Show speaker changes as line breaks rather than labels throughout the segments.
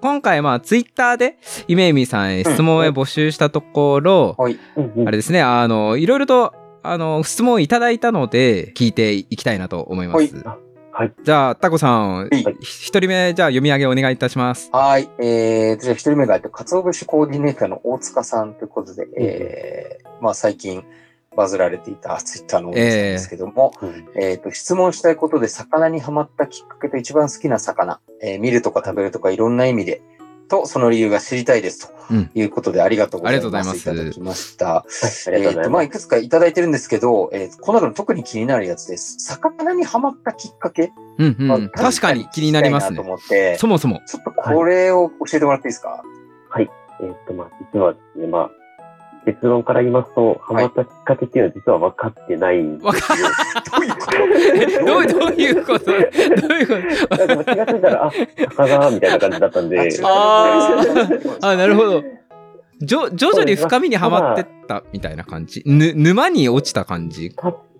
今回、まあ、ツイッターで、イメイミさんへ質問へ募集したところ、
はい。うんうん
あれですね、あの、いろいろと、あの、質問いただいたので、聞いていきたいなと思いま
はい
す。。
あ
じゃあ、タコさん、
はい
一人目、じゃあ読み上げお願いいたします。
はい。えー、じゃあ一人目が、えっと、かつお節コーディネーターの大塚さんということで、えー、まあ最近バズられていたツイッターのおじさんですけども、
うん
えっ、と、質問したいことで魚にハマったきっかけと一番好きな魚、えー見るとか食べるとかいろんな意味で、と、その理由が知りたいです。と
うん
いうことで、ありがとうございます。
ありがとうございます
いただきました。
ありがとう
え
ご
ー
ざい
まあ、
ま
いくつかいただいてるんですけど、えーこの中の特に気になるやつです。魚にハマったきっかけ、
うんうん、
まあ
確かに気になります
聞きたいな
ね。
と思って、
そもそも。
ちょっとこれを教えてもらっていいですか、
す。えーっと、まあ、実はですね、まあ、結論から言いますと、ハマったきっかけっていうのは実は分かってないん
わ
で
か
すよ。
どういうこと
るどうどういうこと どういうこと
だから気がついたら、あ、魚みたいな感じだったんで、
違う
あ
ー
あ、なるほど。じょ徐々に深みにはまってったみたいな感じ。ぬ沼に落ちた感じ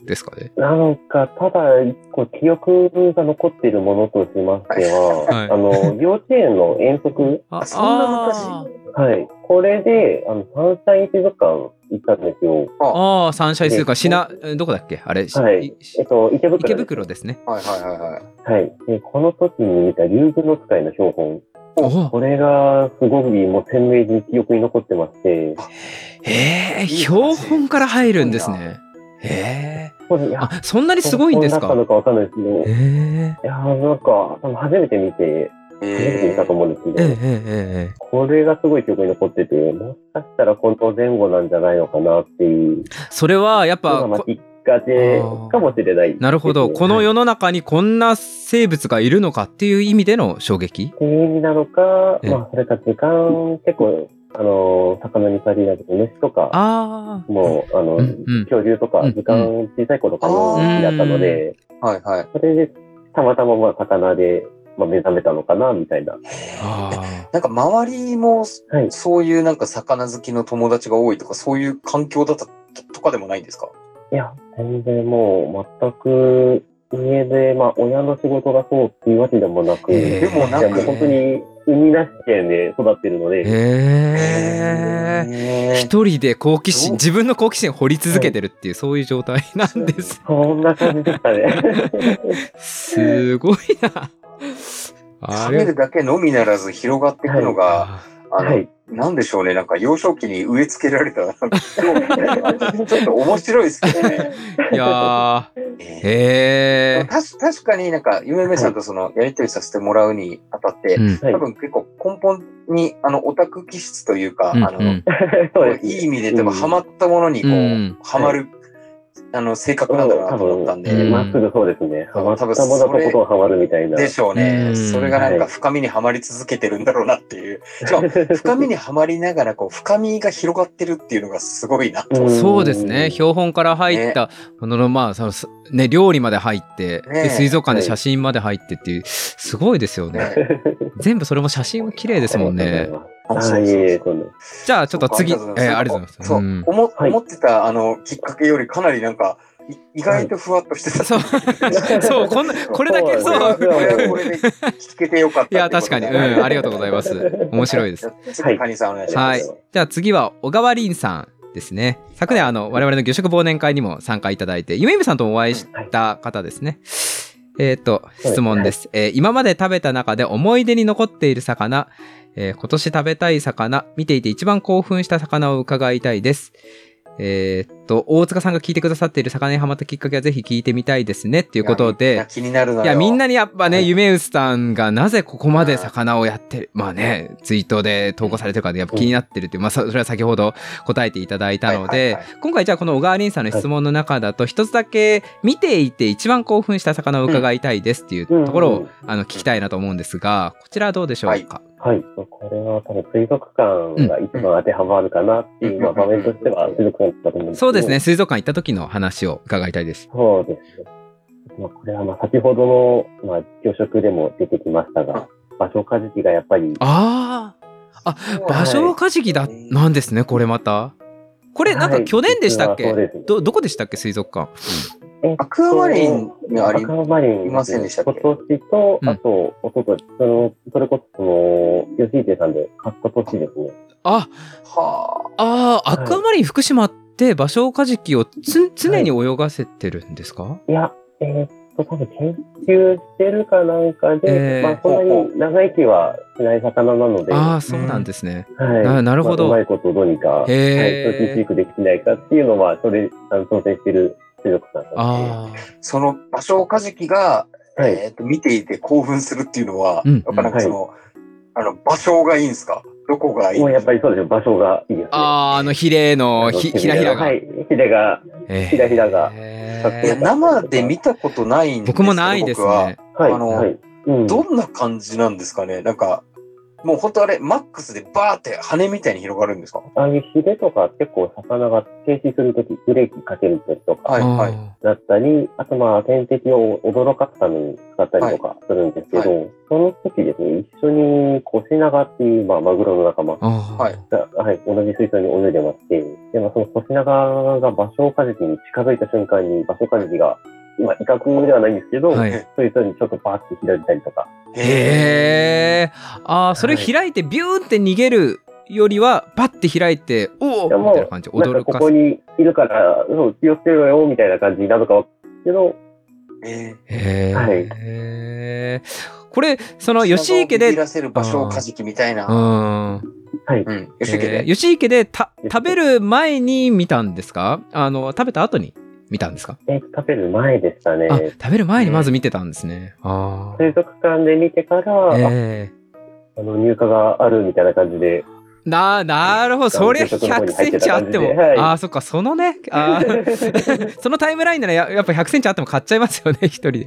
ですかね。
なんか、ただ、一個記憶が残っているものとしましては、
はい
あの、幼稚園の遠足、
あ
そんな昔
あー
はい、これで、あの、サンシャイン水族館行ったんですよ。
あー、サンシャイン水か、しな、えどこだっけあれ、し
はいえっと、池袋。
池袋ですね。
はいはいはいはい。
はい。で、この時に見た竜宮の使いの標本。
お
これが、すごくもう鮮明に記憶に残ってまして、
へえ、標本から入るんですね。へえ。
これいや
あ、そんなにすごいんです
こ
か
んなだったのかわかんないですけど、
へ
い
え。
やーなんか、多分初めて見て、初めて見たと思うんですけど、
えええええ
これがすごい記憶に残ってて、もしかしたらこの前後なんじゃないのかなっていう、
え。それはやっ
ま
ぱ、
あ、まあ
こ
きっかけかもしれない、
なるほど。この世の中にこんな生物がいるのかっていう意味での衝撃
っていう意味なのか、
ええ
まあ、それか時間、結構、あの、魚に限らず、虫とか、
ああ。
もう、あ
う
の、
んうん
恐竜とか
うん、
時間、小さい頃からの好きだったので、
はいはい。
それで、たまたま、まあ、魚で、まあ、目覚めたのかな、みたいな。
ああ。
なんか周りも
はい。
そういうなんか魚好きの友達が多いとかそういう環境だったとかでもないんですか
いや、全然もう、全く、家で、まあ、親の仕事がそうっていうわけでもなく、
ええ
でもなん
いや
か
もう本当に、海なし県で育ってるので、
へえ。
え。
一人で好奇
そう
心、自分の好奇心を掘り続けてるっていう、そういう状態なんです。
そんな感じでしたね。
すごいな。
食べるだけのみならず広がっていくのが、
あ
あの、
はい。
なんでしょうね、なんか幼少期に植え付けられた、なんか興味みたいなちょっと面白いですけどね。
いやー、
ええ
へえ。
確確かになんか、ゆめめさんとその、やりとりさせてもらうにあたって、
うん
はい
多。分結構根本に、あの、オタク気質というか、
うん
あの、
うん
そうですね
いい意味で、多分ハマったものに、こう、
うん
ハマる、あの、性格なんだなと思ったん
う
で、
ん
まっすぐそうですね。
うん
ハマったものとことんハマるみたいな。
でしょう
う
ね。
ん
それがなんか深みにはまり続けてるんだろうなっていう。しかも、 深みにはまりながら、こう、深みが広がってるっていうのがすごいなと。
ん
そうですね。標本から入った、この、まあ、その、すね、料理まで入って、
ね
で水族館で写真まで入ってっていう、すごいですよね。
ね
全部それも写真も綺麗ですもんね。
ありがとうございます。はい、いえいえそんな
じゃあ、ちょっと次、え
そうか
ーありがとうございます。
そう、
ん
思
はい
思ってた、あの、きっかけよりかなりなんか、い意外とふわっとしてた。
そう、 そう、こんな、これだけ、
そう
そう。
これはこれで聞けてよかったって
いや、確かに、うん、ありがとうございます。面白いで
じ
す
ゃ。あ次、カニさんお願いしま
はい
す。。
じゃあ次は、小川凛さんですね。昨年、あの、我々の魚食忘年会にも参加いただいて、ゆめゆめさんともお会いした方ですね。えっ、と、質問です。えー今まで食べた中で思い出に残っている魚、えー今年食べたい魚、見ていて一番興奮した魚を伺いたいです。えっ、と、大塚さんが聞いてくださっている魚にハマったきっかけはぜひ聞いてみたいですね。と
と
いうこと
いや、
で、
気になるなよ
いや、みんなにやっぱ
は
ね、
い
夢臼さんがなぜここまで魚をやってる、まあね、ツイートで投稿されてるかでやっぱ気になってるっていう、まあそそれは先ほど答えていただいたの
はいは
で
いは、
今回じゃあこの小川凛さんの質問の中だと、一つだけ見ていて一番興奮した魚を伺いたいですっていうところ
うんう
を
ん
あの聞きたいなと思うんですが、こちらはどうでしょうか。
はい。これは多分水族館が一番当てはまるかなっていう、
うん
まあ、場面としては水族館だったと思うんですけど
そうですね、。水族館行った時の話を伺いたいです。
そうですね。まあ、これはまあ先ほどの、まあ、魚食でも出てきましたが、場所カジキがやっぱり、
ああ、
はい
芭蕉カジキだ、なんですね、これまた。これなんか去年でしたっ
はい
け
実はそうです
ど、どこでしたっけ、水族館。
えっと
アクアマリンにあり
アクアマリン
いませんでしたっけ
今年と、
うん
あと、おととし、その、それこそ、その、吉池さんで買った年ですね。
あ、
は
あー、
はい
アクアマリン福島って場所カジキをつ常に泳がせてるんですか、
いや、えーっと、多分研究してるかなんかで、
えー
まあ、そんなに長生きはしない魚なので、
あ
は
あ、そうなんですね。
い。
ななるほど
まあうまいことどうにか、はい、長
へー
期飼育できないかっていうのは、それ、あの、挑戦してる水族館なんで。
あ
あ。その場所カジキが、
はい
えっと、見ていて興奮するっていうのは、
うん
やっぱなんかその、あの、場所がいいんですかどこがいい
もうやっぱりそうですよ、場所がいいですね。
あ、あーあのヒレのひひらひらが。
はい、ひらひらが。
ひ
ひらひらが
いや、生で見たことないんですけど
僕もないです
僕は
ね。
はい、
あの
はい。うん
どんな感じなんですかねなんか、もう本当あれ、マックスでバーって羽みたいに広がるんですか
ああいうヒレとか結構魚が停止するとき、ブレーキかけるときとか
はいはい。
だったり、あとまあ天敵を驚かすために使ったりとかするんですけど、
はい
その時ですね、一緒にコシナガっていう、まあ、マグロの仲間
あー
はい
が、はい、同じ水槽に泳いでまして、でまあ、そのコシナガが場所カジキに近づいた瞬間に、場所カジキが、今威嚇ではないんですけど、
はい
水槽にちょっとバーって開いたりとか、
へえ。ああ、それ開いてビューンって逃げるよりは、パッて開いて、おおみ
いやもう
たいな感じ、
なん
驚
かこ
か
こ
す。
にいるから、そう、気をつけろよ、みたいな感じになるかは、けど、
え
へ
はい
え。これ、そ
ー
の吉池
砂をビビ
で、
らせる場所カジキみたいうな。
ん。
はい。
うん。吉池
えー
で。
吉池でた食べる前に見たんですかあの、食べた後に見たんですか
えー食べる前でしたね。
あ、食べる前にまず見てたんですね。あ
水族館で見てから、
あ。
あ
ええ。
あの入荷があるみたいな感じで、
ななるほど、そりゃ100センチあっても、
はい
ああ、そっか、そのね、あー そのタイムラインならややっぱ100センチあっても買っちゃいますよね、一人で。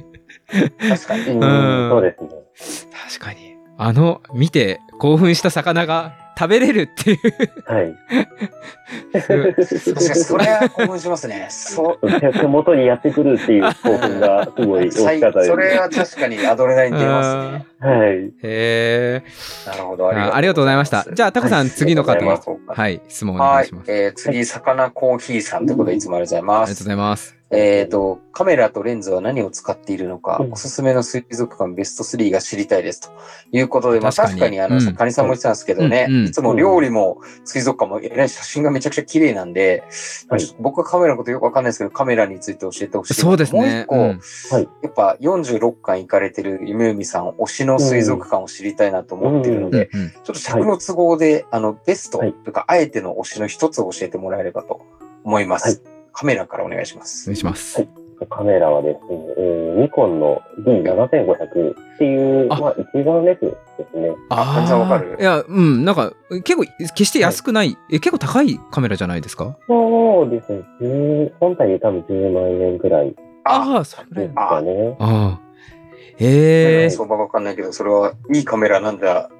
確かに。
うん
うん
そうですね。
確かに。あの、見て興奮した魚が食べれるって いう。
はい。
確かに、それは興奮しますね。 そう。
手手元にやってくるっていう興奮がすごい大き
最
かったです。
それは確かにアドレナリン出ますね。
はい。
へえ。
なるほど。
あありがとうございました。じゃあ、タコさん、次の
あ
方
りが
の、
とうございます
はい、質問お
は
願い
い
しま。す。あり
えー次、魚コーヒーさんということでいつもありがとうございま
がとうご
す。
ざいます。
えっと、カメラとレンズは何を使っているのか、
うん
おすすめの水族館ベスト3が知りたいです。ということで、まあ
確
確
か
か
に
に、あの、
うん
さカニさんも言ってたんですけどね、
うんうん
いつも料理も水族館も、えらい写真がめちゃくちゃ綺麗なんで、
はい
まあ僕はカメラのことよくわかんないですけど、カメラについて教えてほしい。
そうです
もう一
ね。
個、
うん
やっぱ46巻行かれてる夢海さん、推しの水族館を知りたいなと思ってるの
うん
で、
うん
ちょっと尺の都合で、あの、ベストと
はいいう
か、あえての推しの一つを教えてもらえればと思います。
はい
カメラからお願いしま
お
す。
願いします。
カメラはですね、えーニコンの D7500 っていう、
あ
まあ一番レスですね。
あ全然わかる
いや、うん、なんか、結構、決して安くない、え結構高いカメラじゃないですか
そうですね。10本体で多分10万円ぐらい
ああ、それ
です。かね。
ああ。
カメ
え
ラの
え
相場がわかんないけど、それはいいカメラなんじゃ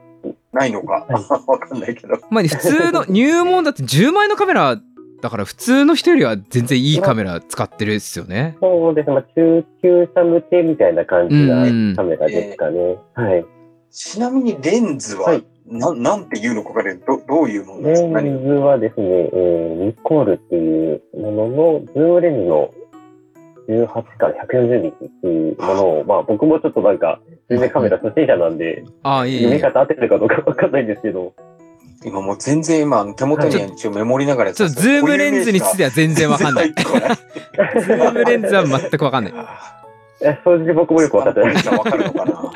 ないのか。 わかんないけど。
まあ、普通の入門だって10万円のカメラだから普通の人よりは全然いいカメラ使ってるっすよね。
そうですね、まあ、中級者向けみたいな感じな
うんうん
カメラですかね。はい。
ちなみにレンズは、
はい
ななんていうのかわかるどどういうものですか何
レンズはですね、えーニコールっていうものの、ズームレンズの18から140ミリっていうものを、まあ僕もちょっとなんか、全然カメラ初心者なんで、
ああ、いいいい
見方合ってるかどうかわかんないんですけど、
今もう全然今、あの手元
は
に一応メモりながらや
ちょっとズームレンズについては全然わかんない。
全然入っ て
ズームレンズは全くわかんない。
え正直僕
こ
も
ない
よくわかって ない。
さんわかるのかな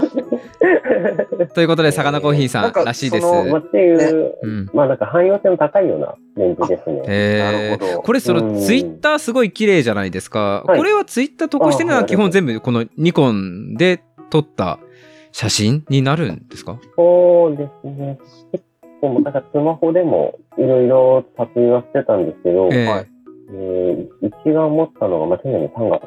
ということで、魚コーヒーさんらしいです。
なん
まあっていう、
うん。
まあなんか汎用性の高いようなレンズですね。
な
え
るほ
え
ど
これその
うん
ツイッターすごい綺麗じゃないですか。
はい
これはツイッター投稿してるの
あ
は
はい
基本全部このニコンで撮った写真になるんですか
そうですね。結構、なんかスマホでもいろいろ撮影はしてたんですけど、
ええ
はい
えー一番持ったのが、まあ、去年の3月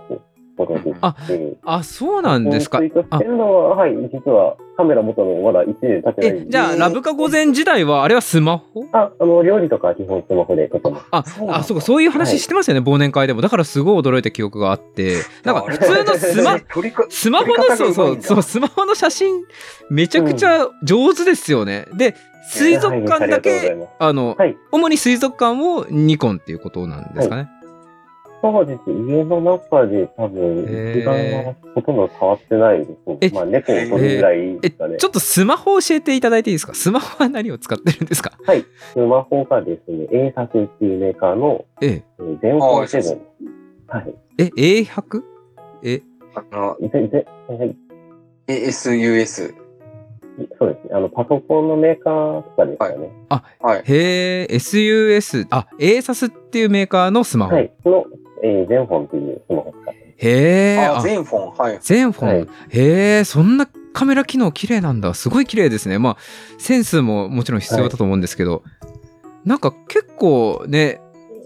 頃でして、
ああ、そうなんですか
ツイー。トし
あ
て、るのは、はい、実はカメラ持ったのもまだ1年経ってない
え、じゃあ、
えー
ラブカ午前時代は、あれはスマホ
あ、あの、料理とかは基本スマホで撮ってます。
あ、
そうなんだ
あ、そうか、そういう話してますよね、忘年会でも。だからすごい驚いた記憶があって。なんか、普通のス マ、
撮りか
スマホ
撮り
の、
方
そ
が
うそう、
うまいんだ
そう、スマホの写真、めちゃくちゃ上手ですよね。で、水族館だ
はいありがとうござい
け、
ます
あの、
はい
主に水族館をニコンっていうことなんですかね。
そうです。家の中で多分、
へー
時間はほとんど変わってないで
え
す。まあ、猫を閉じぐらいで
え、
す
ち
かね。
ょっとスマホを教えていただいていいですかスマホは何を使ってるんですか
スマホがですね、A サスっていうメーカーの
え
えーゼンフォンセブン。はい。
え、え、A100? え、
あの、
ぜぜはい、
ASUS。
そうですね。あの、パソコンのメーカーとかですかね。
はい。
へえ、SUS、あ、ASUS っていうメーカーのスマホ。
はい。その、えー、ゼンフォンっていうスマホ使ってます。
へえ、
あ、
あ、
全フォン、はい。
全フォン。
はい。
へえ、そんなカメラ機能綺麗なんだ。すごい綺麗ですね。まあ、センスももちろん必要だと思うんですけど、なんか結構ね、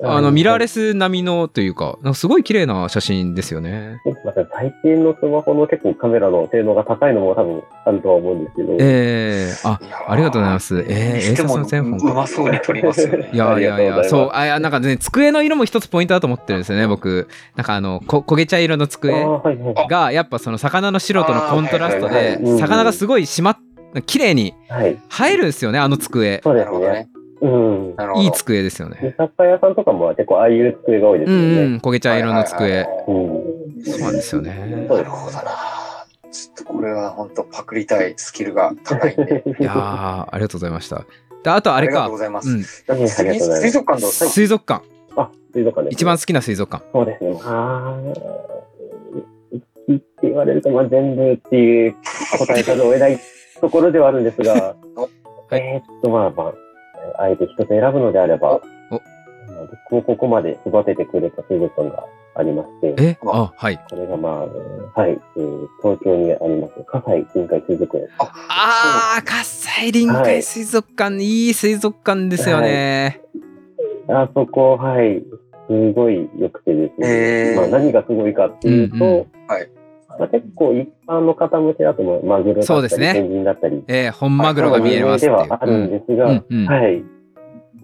あの、ミラーレ
ス。
ス並みのというか、なんかすごい綺麗な写真ですよね。
また最近のスマホの結構カメラの性能が高いのも多分あるとは思うんですけど。
ええあ、ありがとうございますえー
しかも
Asus の全フォンか
うまそうに撮りますよね。
いやいやい
ありがとうございま
や、
す
そう、あ、いやなんかね、机の色も一つポイントだと思ってるんですよね、僕。なんかあの、こ焦げ茶色の
あ
机
ーはいはい。
が、やっぱその魚の白とのコントラスト
あーはい
で
はい
はいはい、
魚がすごいしまっ、綺麗に
はい。
映えるんですよね、あの机。
そう
な
で
る
す
ほど
ね。
ね。
うん。
なるほど。
いい机ですよね。
居酒屋さんとかも結構ああいう机が多いです
う
よ
んう
ね。
ん、焦げ茶色の机。
うん。
そうなんですよね。
なるほどな。ちょっとこれは本当パクりたいスキルが高いんで。
いやー、ありがとうございました。で、 あとあれ
りがと
か
うご、ざいます。
うん
だって水水族館の最
水族館。
あ、水族館です。
一番好きな水族館。
そうですね。ああ、って言われると、まあ、全部っていう答え方を得ないところではあるんですが
お、
はい
えーっと、まあまあ、あえて一つ選ぶのであれば、
おお
まあ僕をここまで育ててくれた水族館がありまして、
えあ、はい。
これがまあ、はい、えー東京にあります、葛西近海水族園。
あー、喝采臨海水族館、いい水族館ですよね。
あそこ、はい、すごい良くてですね、
えー
まあ、何がすごいかっていうと、
うんうん
はい
まあ、結構一般の方向けだと、まあマグロだ
そう
っ
で
た
す
り、
ね
ペンギンだったり、
えー、本マグロが見えますっ
で
てい
はあるん
う。
ですが、
うんうんうん
はい、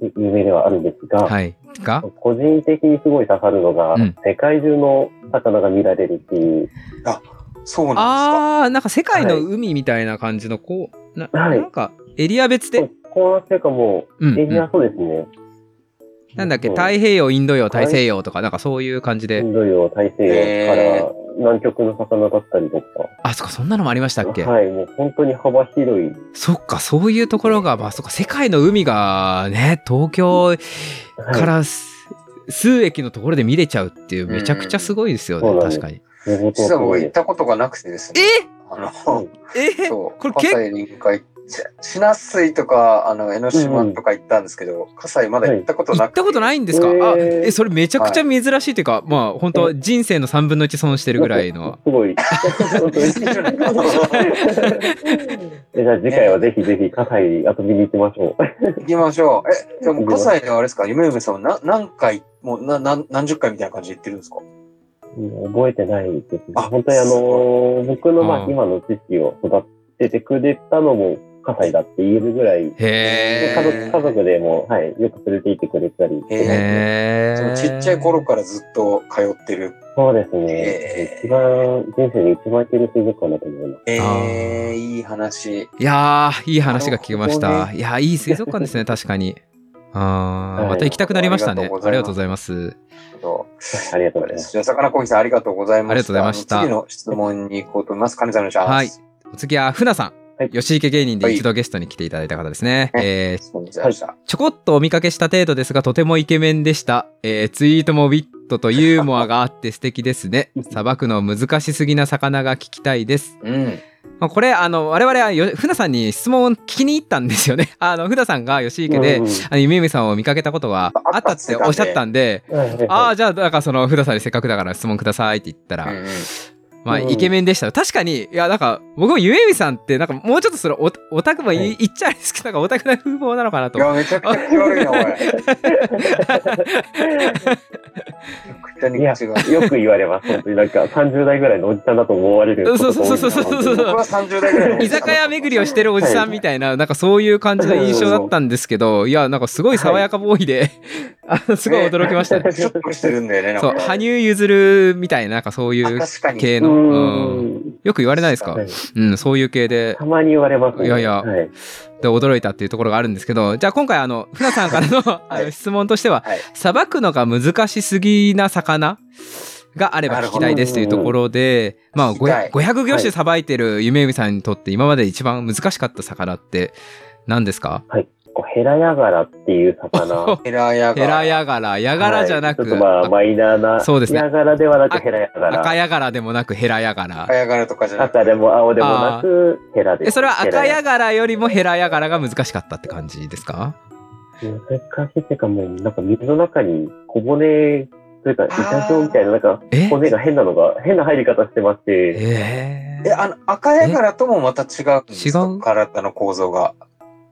有名ではあるんです
う
が、
んはい。が
個人的にすごい刺さるのが、
うん
世界中の魚が見られるっていう、
後そうなん
あー、なんか世界の海みたいな感じの、こう、な
はい
なんかエリア別で、
こうなっていうかも
う
う、
ん、う
エリア
ん。
そうですね。
なんだっけ、
うん
太平洋、インド洋、大西洋とか、なんかそういう感じ
イ
で。
ンド洋、大西洋
へ
から南極の魚だったりとか、
あ、そっか、そんなのもありましたっけ
はい、もう本当に幅広い。
そっか、そういうところが、まあそっか、世界の海がね、東京
はい
からす数駅のところで見れちゃうっていう、めちゃくちゃすごいですよね、
うんうん
確かに。
すごい
ですか。実は僕行ったことがなくてですね。あの、
ええ
そう、
これ
葛
結
西臨海、しシナ水とか、あの、江ノ島とか行ったんですけど、葛西まだ行ったこと
行
な
っ
くて。
たことないんですか、
えー
あえそれめちゃくちゃ珍しいというか、まあ本当人生の3分の1損してるぐらいの。
すごい。本当に えじゃあ次回はぜひぜひ、葛西遊びに行きましょう。
行きましょう。え、でも、葛西ではあれですか、夢夢さんはな何回、もうな何何十回みたいな感じで行ってるんですか
うん覚えてないですね。
あ
本当にあの
す
ー、僕のま
う
あ
ん
今の知識を育ててくれたのも、葛西だって言えるぐらい、
へ
家族
え。
家族でも、はい、よく連れて行ってくれたりしてますね
へ
そ
ー
のちっちゃい頃からずっと通ってる。
そうです
へ
ね
ー。
一番、人生で一番行ける水族館だと思います。
え
あー
ー、いい話。
いやーいい話が聞けまし
なるほ
た。
ど
いやーいい水族館ですね確かに。あー
はい
また行きたくなりましたね。あ
あ
り
り
が
が
と
と
うご
うご
ざいます。
そう
ありがとうございます。
じゃあ、さかなこぎさん、ありがとうございました。
ありがとうございました
あの次の質問に行こうと思います。金さんのチャンス。
はい。お次はふなさん。
はい
吉池芸人で一度ゲストに来ていただいた方ですね。
はい
えー
質問にざいました。
ちょこっとお見かけした程度ですが、とてもイケメンでした。えーツイートもウィットとユーモアがあって素敵ですね。さばくの難しすぎな魚が聞きたいです。
うん。
まあこれ、あの、我々はよ、ふなさんに質問を聞きに行ったんですよね。あの、ふなさんが吉池で、
う
あ
ん
の、ゆめゆめさんを見かけたことがあったっておっしゃったんで、ああ、
あ
じゃあ、なんかその、ふなさんにせっかくだから質問くださいって言ったら、
うんうん
まあ、
うん
イケメンでした。確かに、いや、なんか、僕もゆめゆめさんって、なんか、もうちょっとその、おオタクもい
うん
言っちゃあれですけど、なんかオタクな風貌なのかないと。
や、めちゃくちゃ口悪いな、おい。めちゃくちゃに
いや、
口が悪い。
よく言われます。本当になんか30代ぐらいのおじさんだと思われることが多いな。
そうそうそうそうそう
本当に
僕は30代ぐらいのお
居
じさん
酒屋巡りをしてるおじさんみたいな、なんかそういう感じの印象だったんですけど、いや、なんかすごい爽やかボーイで、あの すごい驚きましたね。
ショックしてるんだよね、なん
そう、
か。
羽生結弦みたいな、なんかそうい
あ
う
確かに。
系
う
の、うん
ん。
よく言われないですか
は
うん、そういう系で、
たまに言われますね。
いやいや
はい。
で驚いたっていうところがあるんですけど、じゃあ今回、あの、船さんからのあの質問としては、
はい
さばくのが難しすぎな魚があれば聞きたいですというところで、まあ、
聞きたい
500 500魚種さばいてる夢海さんにとって、今まで一番難しかった魚って何ですか
こうヘラヤガラっていう魚。
ヘラヤ ガ。
ヘラヤガラ、ヤガラじゃなく、
はいちょっとまあ、マイナーな。
そうですね
ヤガラではなくヘラヤガ
赤
ラ。
ヤガラでもなくヘラヤガラ
赤。ヤガラとかじゃなくて。
赤でも青でもなく、ヘラです。
えそれは赤ヤ
ガ
ガラよりもヘラヤガラが難しかったって感じですか
難しいっていうか、もう、なんか水の中に小骨、というか、板状みたいな、なんか、
え
骨が変なのが、変な入り方してまして、
え
え、あの、赤ヤガラともまた違うんですか
違う
体の構造が。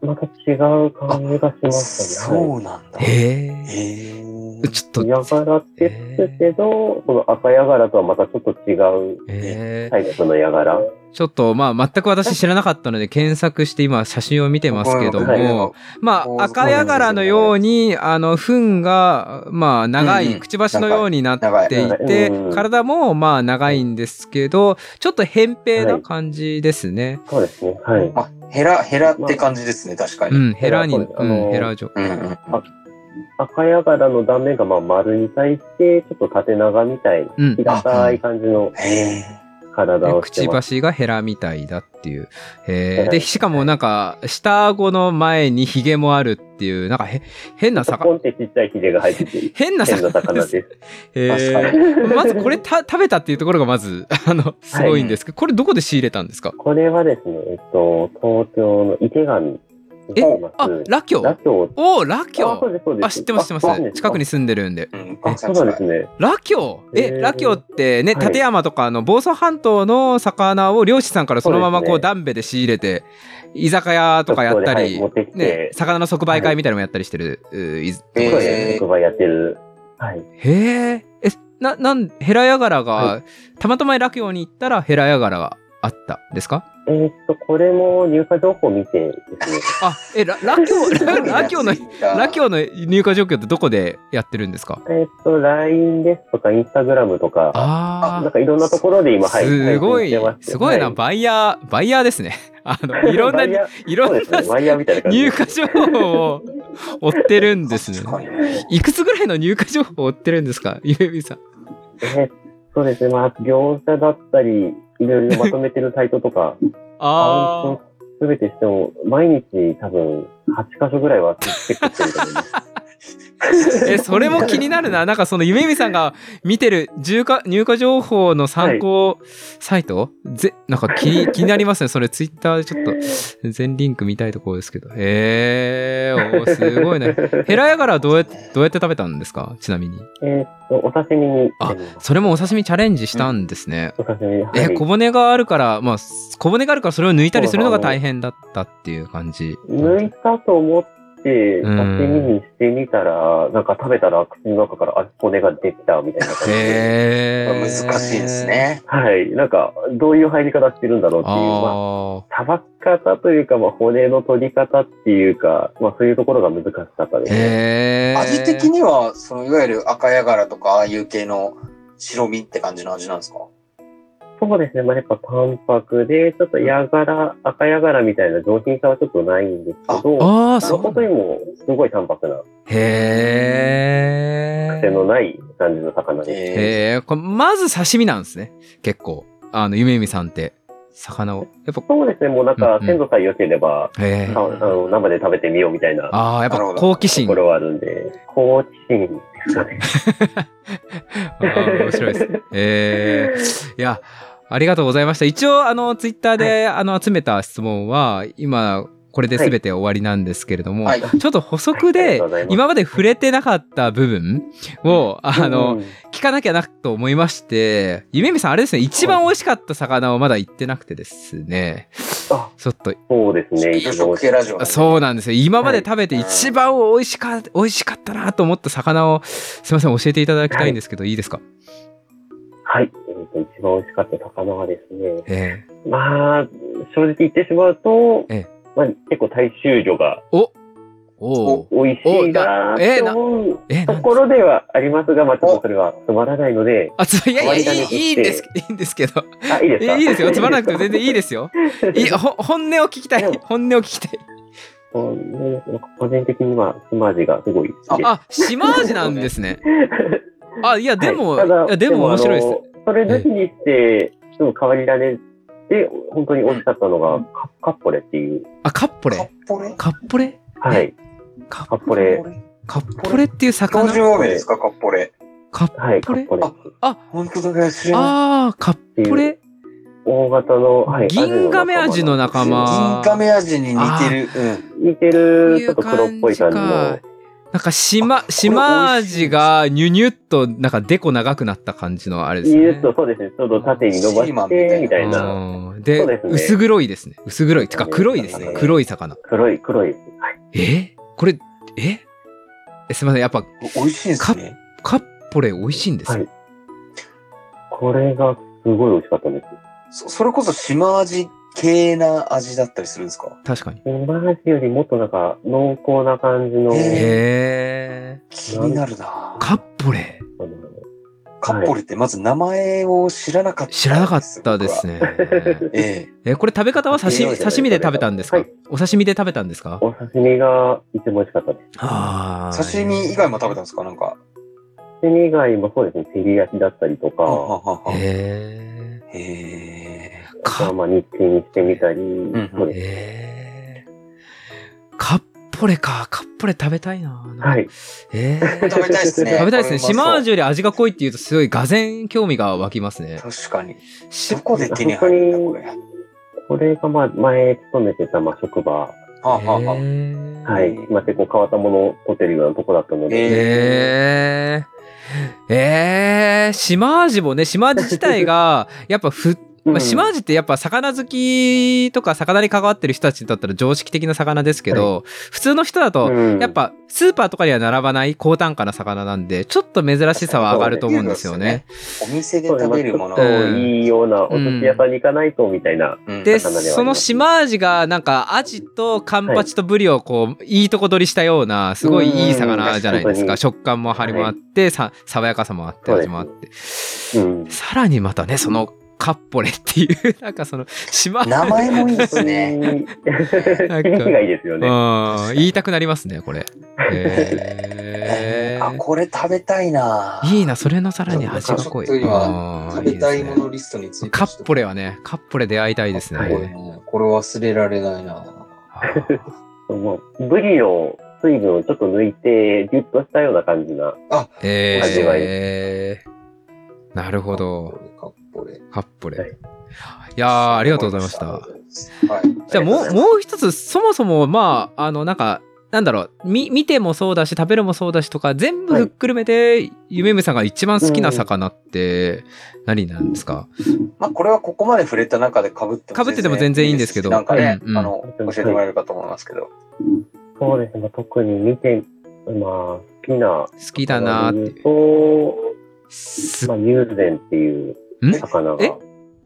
また違う感じがしましたね。
そうなんだ。
ー、え
へ
ー、
ー
ちょっと、
ヤガラって言うけど、その赤ヤガラとはまたちょっと違う
えー、
タイプのヤガラ。
ちょっとまあ全く私知らなかったので検索して今写真を見てますけど
はいはい
も、まあ赤ヤガラのように、あの、糞がまあ長
うんう
い、
ん
くちばしのようになっていて
長いうん、
体もまあ長いんですけど、ちょっと扁平な感じですね。
そうですね。はい。
あ、ヘラ、ヘラって感じですね、確かに。
う
うん
ん、ヘラに、
ヘラそうですあ
う
の
ん、ヘラ状。
うんうん。
赤ヤガラの断面がまあ丸に対して、ちょっと縦長みたいな、
うん。
平たい感じの
へー
体
で
を
く
し
ち
てま
ば
す。
しがヘラみたいだっていう。えー
はい
で、しかもなんか、下顎の前にヒゲもあるっていう、なんかへ変な
ポ
魚。
ンってちっちゃいヒレが入っ てて、
変な
変な
魚で
魚
す。
です。
えー
確
まず これた食べたっていうところがまず、あの、すごいんですけど、これどこで仕入れたんですか
これはですね、えっと、東京の池上
え
にありま
あ
す、。
ラキ
ラ
ョウ
キョウ。
おー、ラキ
あそ
ョ
う
ウ
ですそうです
あ、知ってます、知って
あ
ま。
そうですす
近くに住んでるんで。
うん
あ、そうなんですね。
ラキョウえ
へ、ー
ラキョウってね、
はい
立山とかの房総半島の魚を漁師さんからそのままこ
そう
う、
です
ダンベで仕入れて、居酒屋とかやったり、
ちょっとこれはい持ってきて
ね、魚の即売会みたいなのもやったりしてる、うーいずところ
そ
で
うですね。職場やってる。はい。
へえ、え、な、なん、ヘラヤガラが、
は
たまたま落葉に行ったらヘラヤガラがあったんですか
えーっと、これも入荷情報を見てで すね。
あ、え、らラキョウララキョウの、ラキ
ョ
ョウの入荷状況ってどこでやってるんですか
えーっと、LINE ですとか、Instagram とか、
あ
なん
あ、
かいろんなところで今、はい。
すご
配
い
信してま、
すごいな、
は
バイヤー、バイヤーですね。 あの、いろんな
ワイ、ヤー
いろん
そう
な
ですね。ワイヤーみたいな感じ
入
で。
荷情報を追ってるんですね。
ね。
いくつぐらいの入荷情報を追ってるんですかゆうみさん。
えーそうですね。まあ、業者だったり、いろいろまとめてるサイトとか、
ああ、
すべてしても、毎日多分、8箇所ぐらいはチェックしてると思います。
え、それも気になるな。なんかそのゆめみさんが見てる入荷入荷情報の参考サイト、ぜなんか気に気になりますね。それツイッターでちょっと全リンク見たいところですけど。へえ ー、おーすごいね。ヘラヤガラはどうやって、どうやって食べたんですかちなみに。
えーっと、お刺身に。
あそれもお刺身チャレンジしたんですね。
お刺身。はい
え、小骨があるから、まあ、小骨があるからそれを抜いたりするのが大変だったっていう感じ。
抜いたと思って、
うん
刺身にしてみたら、なんか食べたら口の中からあ骨ができたみたいな感じで。
へ
難
ー。
しいです。ね。
はい。なんか、どういう入り方してるんだろうっていう。まあ
ああ。
さばき方というか、まあ、骨の取り方っていうか、まあ、そういうところが難しかったですね。
へー。
味的には、そのいわゆる赤ヤガラとか、ああいう系の白身って感じの味なんですか
そうですね。まあ、やっぱ、タンパクで、ちょっとヤガラ、赤ヤガラみたいな上品さはちょっとないんですけど、
ああ、そ
そこ
う
と。にも、すごい淡白な、
へ
癖のない感じの魚です。
え。
え
へえ。これまず刺身なんですね。結構。あの、ゆめみさんって、魚を。やっぱ、
そうですね。もうなん
う
か
ん、うん
鮮度さえ良ければ、
へえ
うん。
ああの生で食べてみようみたいなと
ああ、やっぱ
なるほど
好奇心。
こ
あ
ろはあるんで、好奇心ですかね。
あー、面白いです。ええ。いや、ありがとうございました。一応、あの、ツイッターで、あの、集めた質問は、今、これで全て終わりなんですけれども、
ーはい。
ちょっと補足
ありが
で
とうござい、ます
今まで触れてなかった部分を、あの、
うん、
聞かなきゃなと思いまして、ゆめみさん、あれですね、一番美味しかった魚をまだ言ってなくてですね、
あ
ちょっと、
そうですね、
魚食系ラジオなんで。
そうなんですよ。今まで食べて一番美味しか、美味しかったなと思った魚を、すいません、教えていただきたいんですけど、いいですか
はい。えーと一番美味しかった魚はですね、
ええ
まあ、正直言ってしまうと
ええ、
まあ、結構大衆魚が
おおお。
美味しいな
おえ
ーと思う
え、
と
なん
ころではありますが、まあ、ちょっとそれはつまらないので、
あ、ついやいや、い
割り
い
勘に
いいんです、いいんですけど。
あ、いいですか
いいですよ。つまらなくても全然 いいですよ。い いほ本音を聞きたい。本音を聞きたい。
こうなんか個人的には、スマージがすごい好きです。
あ、島味なんですね。あ、いや、でも、
はいただ
いや、でも面白いです。
あのそれなしにして、でも変わり種で、本当に美味しかったのが、カカッポレっていう、
あ、カッポ
カッ
レ。
ポレ
カッポレ
はい、
カ
カ
ッ
ッポレ、
カッポレっていう
標
魚
準語名ですか、カッポレ。
カッ
はい、
ポ
カ
レ
ッポレ
あ本当だ、知らない。
あー、カッポレ。
大型の、はい、
銀亀味の仲間。
銀亀味に似てる。うん。
似て
こう
る、
い
ち
う
ょっと黒っ
感
ぽい
じか
感じの。
なんか島、島味がニュニュッと、なんかデコ長くなった感じのあれです
ニュ
ね
ー。と、そうですね、ちょっと縦に伸ば
シーマン
し
みたい
て、
な
みたいな。
うんで
そうですね
薄黒いですね。薄黒い。てか黒いですね。黒い魚。
黒い、黒い。はい。
えこれ、ええすみません。やっぱ
美味しいですね。
カッポレ美味しいんですよ。
はいこれがすごい美味しかったです。
そそれこそ島味系な味だったりするんですか
確かに。
マージよりもっとなんか濃厚な感じの、
へ
へえ。
気になるな
カッポレ
あの
カッポレってまず名前を知らなかったです。
知らなかったですね。
僕は。え
え、これ食べ方は刺
いい
身
ですね
刺身で食べたんですか
はい
お刺身で食べたんですか
お刺身が一番美味しかったです。
あ
え。
ー
刺身以外も食べたんですかなんか。
刺身以外もそうですね、照り焼きだったりと
あ
か、
へ
へえ。
え。
あとは
か、
まあ日記にしてみたり、
ん
そうです。
えーカッポレか。カッポレ食べたいな。
はい。
えー
食べたいですね。
食べたいですね。
これう
島
まそう
味より味が濃いっていうと、すごい、がぜ興味が湧きますね。
確かに。
し
どこで手に入るんだ、これ。は
これがまあ前勤めてたまあ職場、
あ、はあ、は
は。
はい
まあ結構変わったものを取ってるようなとこだったので、
えー、えー、島味もね、島味自体 が、やっぱふ、
うん
まあ、島味ってやっぱ魚好きとか魚に関わってる人たちだったら常識的な魚ですけど、普通の人だと、
うん
やっぱスーパーとかには並ばない高単価な魚なんで、ちょっと珍しさは上がると思うんですよね。
あ。お店で食べるもの
そうです
う
ねまあちょっと
ん
いいようなお寿司屋さんに行かないとみたいな、
うん
で、
魚ではあります
その島味がなんかアジとカンパチとブリをこう、いいとこ取りしたような、すごいいい魚じゃないです
うんう
か。
ん
食感も張りもあって、さ、爽やかさもあって、
そうで
味
す
もあって。
うん。
さらにまたね、そのカッポレっていう、 なんかその島
名前もいいです ね。
ね。響きがいいですよね。
うん、言いたくなりますね、これ。へ
あ、これ食べたいな。
ーいいな、それのさらに味が濃い。
ちょっと今
うん
食べたい
で
も
すね
のリストについて。
カッポレはね、カッポレ出会いたいですね。
はい
ね。これ忘れられないな。
あー
もうブリの水分をちょっと抜いて、ギュッとしたような感じな。味わい
えー、なるほど。。
カッポレ。
カップレ。
はいい、
やー、ありがとうございました。
はい。
じゃあもう、
ありがとうございます
もう一つ、そもそも、まあ、あの、なんか、なんだろう、み、見てもそうだし、食べるもそうだしとか、全部
は
ひ
い
っくるめて、ゆめむさんが一番好きな魚って、何なんですか、
まあ、これはここまで触れた中で被っても
被ってても全然いいんですけど
なんかね、
うんうん
あの、教えてもらえるかと思いますけど。
そうですね。まあ特に見て、まあ、好きな
好きだなー
言
っ
う
て。
と、
す
まあ、友禅っていう魚が。
え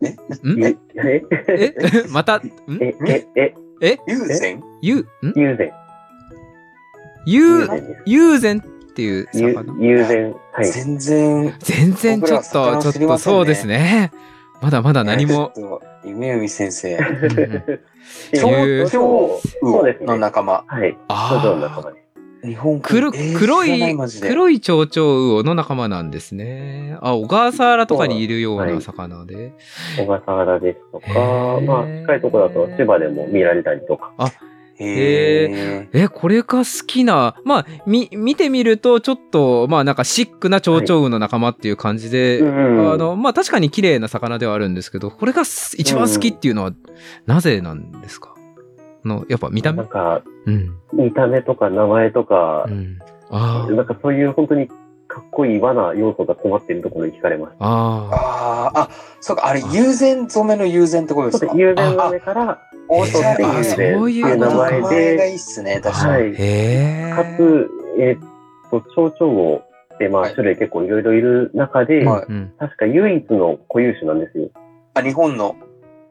ん
ええ
え また、ん
えええ
友禅
ゆ、ん
友禅。
ゆ
友、禅です。
ゆうぜんっていう
ゆ
魚
友禅。はい。
全然、
全然ちょっ
僕ら
と、
は
ちょ
魚
っ
知り
と
ませんね
そうですね。まだまだ何も。
ちょっと。夢海先生、
うん うん
蝶々
そうですね
の仲間。
はい。
あ
徐
ー
々の仲間です。
日本
黒
えー
黒
知らないマジで
黒い蝶々魚の仲間なんですね。あ、小笠原とかにいるような魚で。
小笠原ですと
へ
か、
ー
まあ、近いところだと千葉でも見られたりとか。
へー
え、これが好きな、まあ、み、見てみると、ちょっと、まあ、なんかシックな蝶々魚の仲間っていう感じで、
ん
あの、まあ、確かに綺麗な魚ではあるんですけど、これがす一番好きっていうのは、なぜなんですかあの、やっぱ見た目
なんか、
うん。
見た目とか名前とか
う、ん。あ
なんかそういう本当にかっこいい罠要素が詰まっているところに惹かれまし
あ。ああ。
ああ、あ、そうか、あれ、友禅染めの友禅ってこと
た。
で
ち
す
ょっ
か
と友禅の上から、
おしゃれ。
あ
友
そういう
禅
ことか
名前がいいっすね、確か
は
に。
い
へえ。
かつ、えっと、蝶々って、まあ、
はい
種類結構いろいろいる中で、
はい
うん。
確か唯一の固有種なんですよ。
あ、日本の。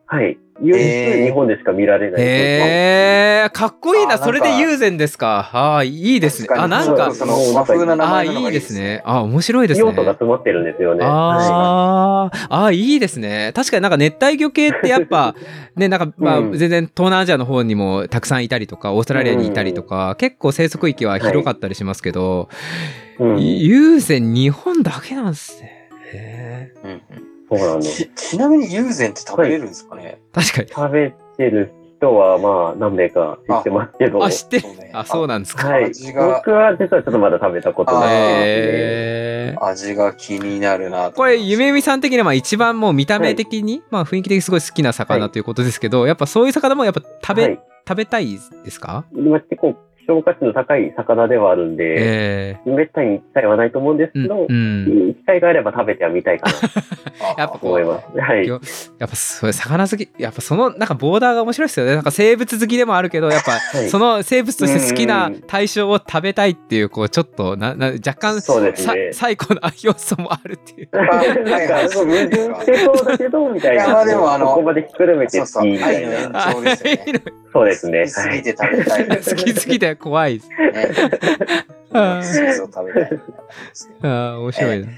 はい。唯一日本でしか見られない。
へえ、かっこいいな。
あなんか
それで友禅ですか。ああ、いいですね。あ、なん
確
か
に、その和風な名
ああ、
前なの
い
が
いです。ね。あ面白いです
用
ね
途。が詰まってるんですよね。
あーあー、いいですね。確かになんか熱帯魚系ってやっぱ、ね、なんか、まあ、
うん
全然東南アジアの方にもたくさんいたりとか、オーストラリアにいたりとか、結構生息域は広かったりしますけど、
うん
友禅日本だけなんですね。へー
うん
そうなん
うん
です。
ちちなみに友禅って食べれるんですかね
確かに。
食べてる人は、まあ、何名か知ってますけど。
あ、知って
そうね
あ、そうなんですか。
はい。
味が
僕は実はちょっとまだ食べたことないで
へー
味が気になるなと
これ、ゆめみ
ん。
さん的にはまあ一番もう見た目的に、まあ雰囲気的にすごい好きな魚ということですけど、やっぱそういう魚もやっぱ
す
食べ、
ね。はい。
食べたいですか
今結構、希少価値の高い魚ではあるんで、
え
めったに機会はないと思うんです
え
けど、
うん。うん
機会があれば食べてはみたいかなと
やっぱこ
思いま
う。
す。はい。
よやっぱそれ魚好きやっぱそのなんかボーダーが面白いですよねなんか生物好きでもあるけどやっぱ
はい
その生物として好きな
うん
対象を食べたいっていうこうちょっとなな若干
そうです
さ
ね
最高な要素もあるっていう
なんか、そう、矛盾してそうだけど、みたいな。
いやまあでもあの
ここまでひっくるめて
そうそう
好きみたい
愛の
な。
そうですよね
そうですね。
好
は
き
い。
で食べたいです
好き好きで怖いです
ね。
あー
そうそう食べたい。
あー面白いな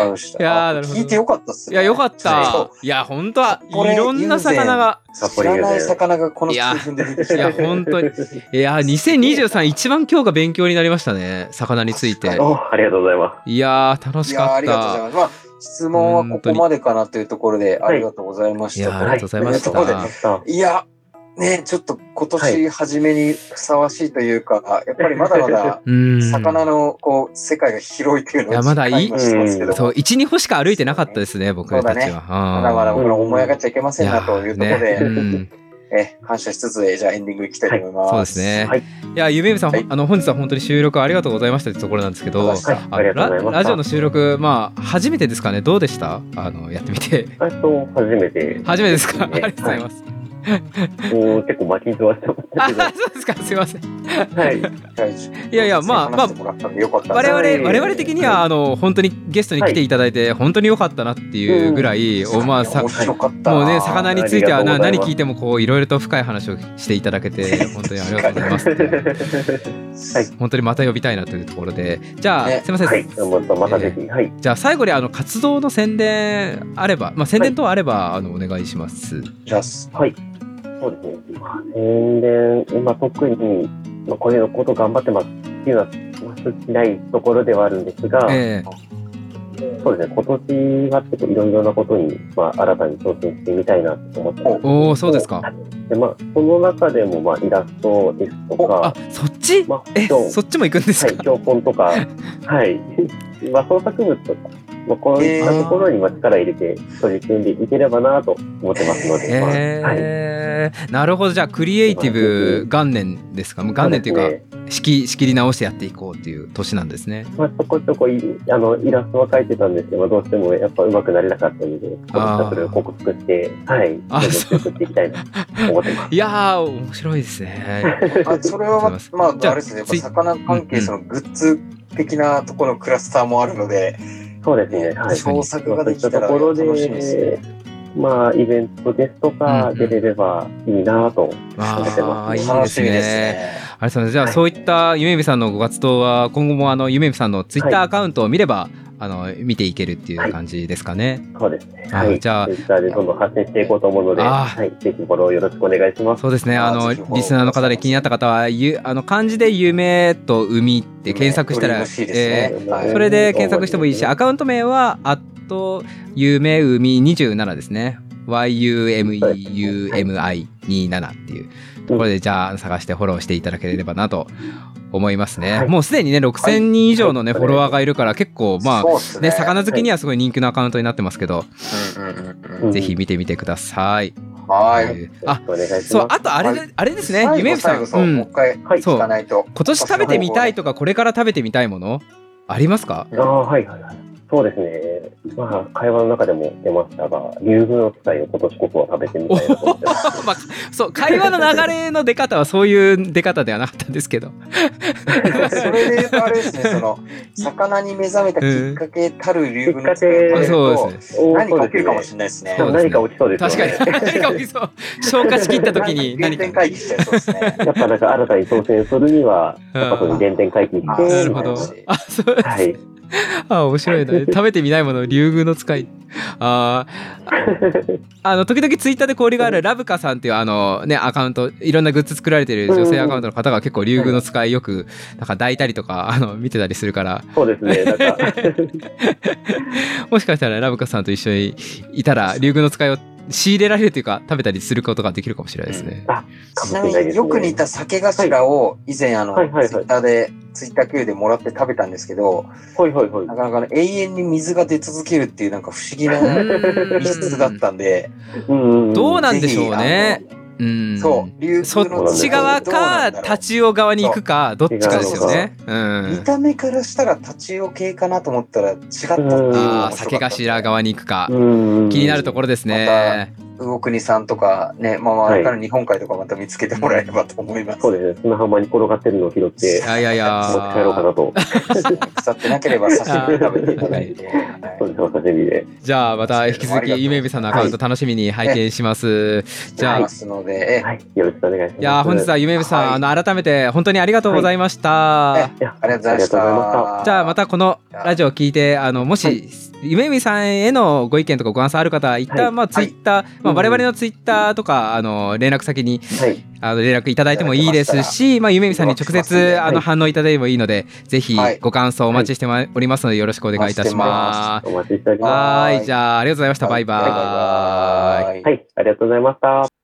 あの人
いやー
あ
なるほど
聞いてよかったっ
い
すね。
やよかっ
そう
たいや本当は
これ
いろんな魚が
札
知
幌
ら
有
ない
名。
魚がこの数分で出てきた。
いや本当にいや2023一番今日が勉強になりましたね魚について
確か
おありがとうございま
いやー楽
い
し
やー
か
あ
っ
りがとうござ
た
います。まあ、質問はここまでかなというところで、
ん
ありがとうございまし
いやー
たと。
ありがとうございまし
ということ
た
す。あ
でいや、ね、ちょっと今年初めにふさわしいというか、やっぱりまだま だ、
うん
魚のこう、世界が広いというのを
いやまだいい
実感はしてますけど
そう、1、2歩しか歩いてなかったですね、僕たちは。
そうだね
ま
まだまだ
と
僕ら思い上がっちゃいけませんなということで、
うん、
え感謝しつつ、えじゃあエンディングいきたいと思います。
そうですね。
はい
い、や、ゆめみさん、
はい
あの、本日は本当に収録ありがとうございましたってところなんですけ
あり
ど
がとうご、ざいま
あ
ありがとうござい
ラ
ました
ラジオの収録、まあ、初めてですかね、どうでしたあの、やってみて。
と、初めて。
初めてですかあり
ね
がとうござい ます。
もう結構巻き添わしてました
あ、
けど。
そうですか、すいません。
はい。
いやいや、まあ、まあ、我々
はい
我々的にはあの本当にゲストに来ていただいて本当に良かったなっていうぐらい、おまあさ
面白かったな。
もうね魚についてはな
ありがとうござい
何
ます
聞いてもこういろいろと深い話をしていただけ て本当にありがとうございますっていう本当にまた呼びたいなというところでじゃあ、
ね
すいません、
はい。また、またぜひ。はい。
じゃあ最後にあの活動の宣伝あれば、まあ、宣伝等あれば、あのお願いします。
じゃあ
はい。そうですね。まあ、宣伝、今特に、まあ、これのこと頑張ってますっていうのは、まあ、少ないところではあるんですが、
え
そうですね。今年はちょっといろいろなことに、まあ、新たに挑戦してみたいなと思ってます
えおおそうですか。
で、まあ、その中でも、まあ、イラストですと
あ
か、
そっち
まあ、
え
そう
そっちも行くんです
はい、
か、
標本とか、はい、 まあ、創作物とか、まあ、こうい
え
っ
ー
たところにまあ力入れて取り組んでいければなと思ってますので、まあはい、
ええなるほどじゃあクリエイティブ元年ですかもう元年っていう
そ
か
ですね
仕切仕切り直してやっていこうっていう年なんですね。
まあ、そこそこいあのイラストは描いてたんですけど、まあどうしてもやっぱ上手くなれなかったので、今年はそれを克服して、はい、
あ
どんどん
そう
作っていきたいなと思ってます。
いやー面白いですね。
それはまああれですね魚関係そのグッズ的なところのクラスターもあるので、
そうですね、はい。
創作ができた
そういった
ら
ところ
楽
で、
しみですね。
まあ、イベントですとか出れればいいなと
ああいいで
楽
す
しみです
ね。
ね。
あれですね。じゃあ、
はい
そういったゆめみさんのご活動は今後もあのゆめみさんのツイッターアカウントを見れば、あの見ていけるっていう感じですかね。
そうですね。
あ
はい。
じゃあ
ツイッターでどんどん発展していこうと思うので、
あー
はい。ぜひフォローよろしくお願いします。
そうですね。あの
あーぜひフォロー
リスナーの方で気になった方はゆあの漢字で夢と海って検索したら、
嬉しいですね。
えーそれで検索してもいいし、
はい
アカウント名はアット夢海二十七ですね。Y U M U M I 二七っていうところでじゃあ探してフォローしていただければなと思いますね。
はい
もうすでにね6000人以上のね、
はい
フォロワーがいるから結構まあ
そうです
ね、魚好きにはすごい人気のアカウントになってますけど、
うん
ぜひ見てみてください。
は
と
い。
いう
よろ
あ
し、くお願いします。
そう、あとあれで、
は
あれですね、ゆめみさん、
最後、そうう、もうん一回聞かないと。
今年食べてみたいとか、これから食べてみたいものありますか
あーはいはいはい。そうですね。まあ、会話の中でも出ましたが、竜宮の伝いを今年こそは食べてみたいなと思ってま す。
まあ、そう会話の流れの出方はそういう出方ではなかったんですけど
それで言うとあれですね、その、魚に目覚めたきっかけたる竜宮の使い
え
方
ー
だ
そうで
と、
すね
おー
何か起きるかもし
そ
れないですね
うですね。で。も 何か起きそうですよ
確
ね。
か に何か起きそう消化しきった時に
原
何か
点回帰しちゃいそうですね。
やっぱなんか新たに挑戦するには、やっぱその
あ
原点回帰して、
あー
なるほど
そうなんです
あそう
はい。
あ面白いな食べてみないもの竜宮の使いあーあの時々ツイッターで交流があるラブカさんっていうあのねアカウントいろんなグッズ作られてる女性アカウントの方が結構竜宮の使いよくなんか抱いたりとかあの見てたりするから
そうですね。なんか、
もしかしたらラブカさんと一緒にいたら竜宮の使いを仕入れられるというか食べたりすることができるかもしれないですね。
かも
ち
しれ
な
ない
み
ですね
によく似た酒頭を以前あの、
はいはいはい
ツイッターで、ツイッター経由でもらって食べたんですけど、
ほいほいほい
な。かなかね、永遠に水が出続けるっていうなんか不思議
う
な
ーん
密室だったんで、
うんうん。
どうなんでしょう
ぜ
ね
ひ。
うん
あのそう、流
そ
通の
っち側か
立ち、
立ち尾側に行くかどっちかですよね。う
見
ん。
た目からしたら立ち置系かなと思ったら違ったっていうの
うん
が
ああ
面白
酒
かった
頭側に行くか
う。んうん。
気になるところですね。
魚国さんとかね、まあ、あ
はい
れから日本海とかまた見つけてもらえればと思います。
そうですね。砂浜に転がってるのを拾って、
いやいやいや
持って帰ろうかなと。
腐ってなければ刺身で食べていただいて。はい
そうですね、お刺身で。
じゃあまた引き続きゆめみさんのアカウント楽しみに拝見します。じゃ
あり
あ
ま。すので、
はい。よろしくお願いします。
いやー本日はゆめみさん、
はい
あの改めて本当にありがとうございました。
ええ
いや、
ありがとうございまし。
ありがとうございました
じゃあまたこのラジオを聞いてあのもし、
はい
ゆめみさんへのご意見とかご感想ある方は一旦、
はい
まあツイッター、まあ、
うん
我々のツイッターとかあの連絡先に
はい。
あの連絡いただいてもいいですし、まあ、ゆめみさんに直
お待ちしてますん
接
で
あ
は
の
い
反応いただいてもいいのでぜひ
はい
ご感想お待ちしてまおりますのでよろしくお願いいたします。
お待ちしており
は
ま
は
はい
いじゃあありがとうございましたバイバ
はい
ーイ。
バイバイ
す。はい。ありがとうございました。